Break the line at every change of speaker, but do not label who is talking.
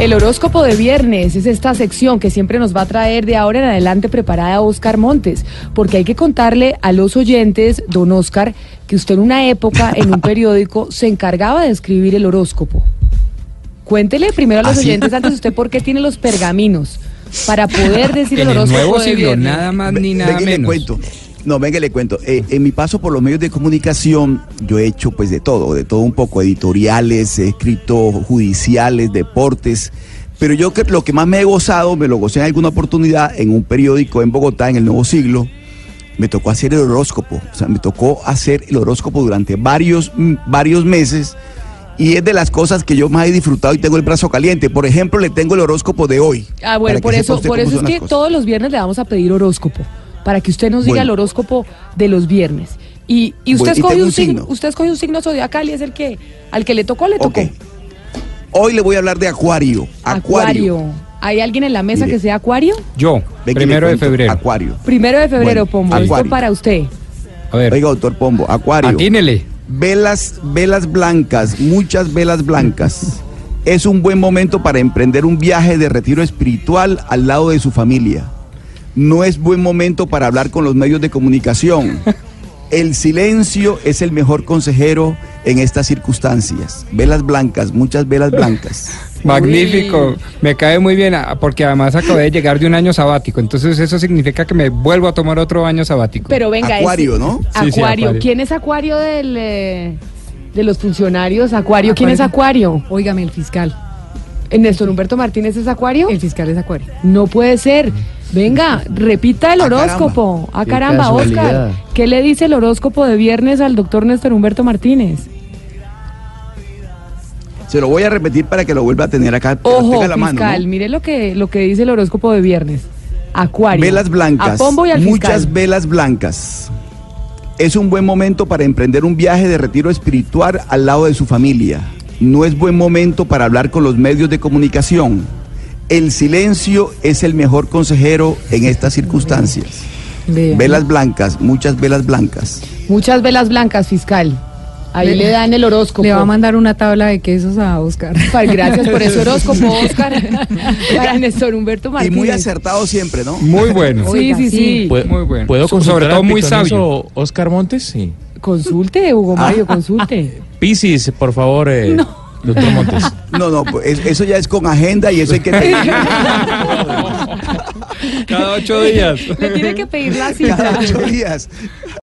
El horóscopo de viernes es esta sección que siempre nos va a traer de ahora en adelante preparada Oscar Montes, porque hay que contarle a los oyentes, don Oscar, que usted en una época en un periódico se encargaba de escribir el horóscopo. Cuéntele primero a los
¿Ah, sí?
oyentes antes usted por qué tiene los pergaminos para poder decir el
En el
horóscopo
nuevo
de
siglo,
viernes.
nada más ni
Ve-
nada
venga y le
menos.
cuento. No, venga, y le cuento. Eh, en mi paso por los medios de comunicación, yo he hecho pues de todo, de todo un poco, editoriales, he escrito judiciales, deportes. Pero yo que lo que más me he gozado, me lo gocé en alguna oportunidad en un periódico en Bogotá, en el Nuevo Siglo, me tocó hacer el horóscopo. O sea, me tocó hacer el horóscopo durante varios, mm, varios meses. Y es de las cosas que yo más he disfrutado y tengo el brazo caliente. Por ejemplo, le tengo el horóscopo de hoy.
Ah, bueno,
para que
por
sepa
eso,
usted
por
cómo
eso es
son las
que
cosas.
todos los viernes le vamos a pedir horóscopo, para que usted nos diga
Bueno.
el horóscopo de los viernes. Y, y usted
Bueno, y
escoge
tengo
un
un
signo,
signo.
usted escoge un signo zodiacal y es el que, al que le tocó, le tocó.
Ok. Hoy le voy a hablar de Acuario. Acuario.
¿Hay alguien en la mesa
Mire.
que sea Acuario?
Yo,
Venga,
primero
le
de
cuento.
febrero.
Acuario.
Primero de febrero,
Bueno,
Pombo. Esto
Acuario.
para usted.
A ver,
Oiga, doctor Pombo, Acuario.
atínele.
Velas, velas blancas, muchas velas blancas. Es un buen momento para emprender un viaje de retiro espiritual al lado de su familia. No es buen momento para hablar con los medios de comunicación. El silencio es el mejor consejero en estas circunstancias. Velas blancas, muchas velas blancas.
Magnífico, me cae muy bien ah, porque además acabé de llegar de un año sabático, entonces eso significa que me vuelvo a tomar otro año sabático.
Pero venga, ese-
Acuario, ¿no?
Sí, sí,
Acuario.
Acuario.
¿Quién es Acuario del, eh, de los funcionarios? Acuario, ¿quién es Acuario?
Óigame, el fiscal.
Eh, Néstor Humberto Martínez es Acuario.
El fiscal es Acuario.
No puede ser. Venga, repita el
Ah, caramba.
horóscopo. Ah,
Qué
caramba,
casualidad.
Oscar. ¿Qué le dice el horóscopo de viernes al doctor Néstor Humberto Martínez?
Se lo voy a repetir para que lo vuelva a tener acá. que lo
Ojo,
tenga a
fiscal,
la mano, ¿no?
mire lo que, lo que dice el horóscopo de viernes. Acuario.
Velas
A
blancas.
Pombo y al
muchas
fiscal.
velas blancas. Es un buen momento para emprender un viaje de retiro espiritual al lado de su familia. No es buen momento para hablar con los medios de comunicación. El silencio es el mejor consejero en estas circunstancias.
Vea.
Velas blancas, muchas velas blancas.
Muchas velas blancas, fiscal. Ahí le,
Le-
dan el horóscopo.
Le va a mandar una tabla de quesos a Oscar.
Pa- Gracias por ese horóscopo, Oscar. Para Néstor Humberto
Y
Martínez.
muy acertado siempre, ¿no?
Muy bueno.
Sí, sí, sí.
Pue-
Muy bueno.
¿Puedo
So-
consultar
sobre todo
al
muy
pitonizo
sabio.
Oscar Montes? Sí.
Consulte, Hugo Mario, consulte.
Piscis, por favor, eh, doctor Montes.
No, no, pues, es- eso ya es con agenda y eso hay que tener.
Cada ocho días.
Le tiene que pedir la cita.
cada ocho días.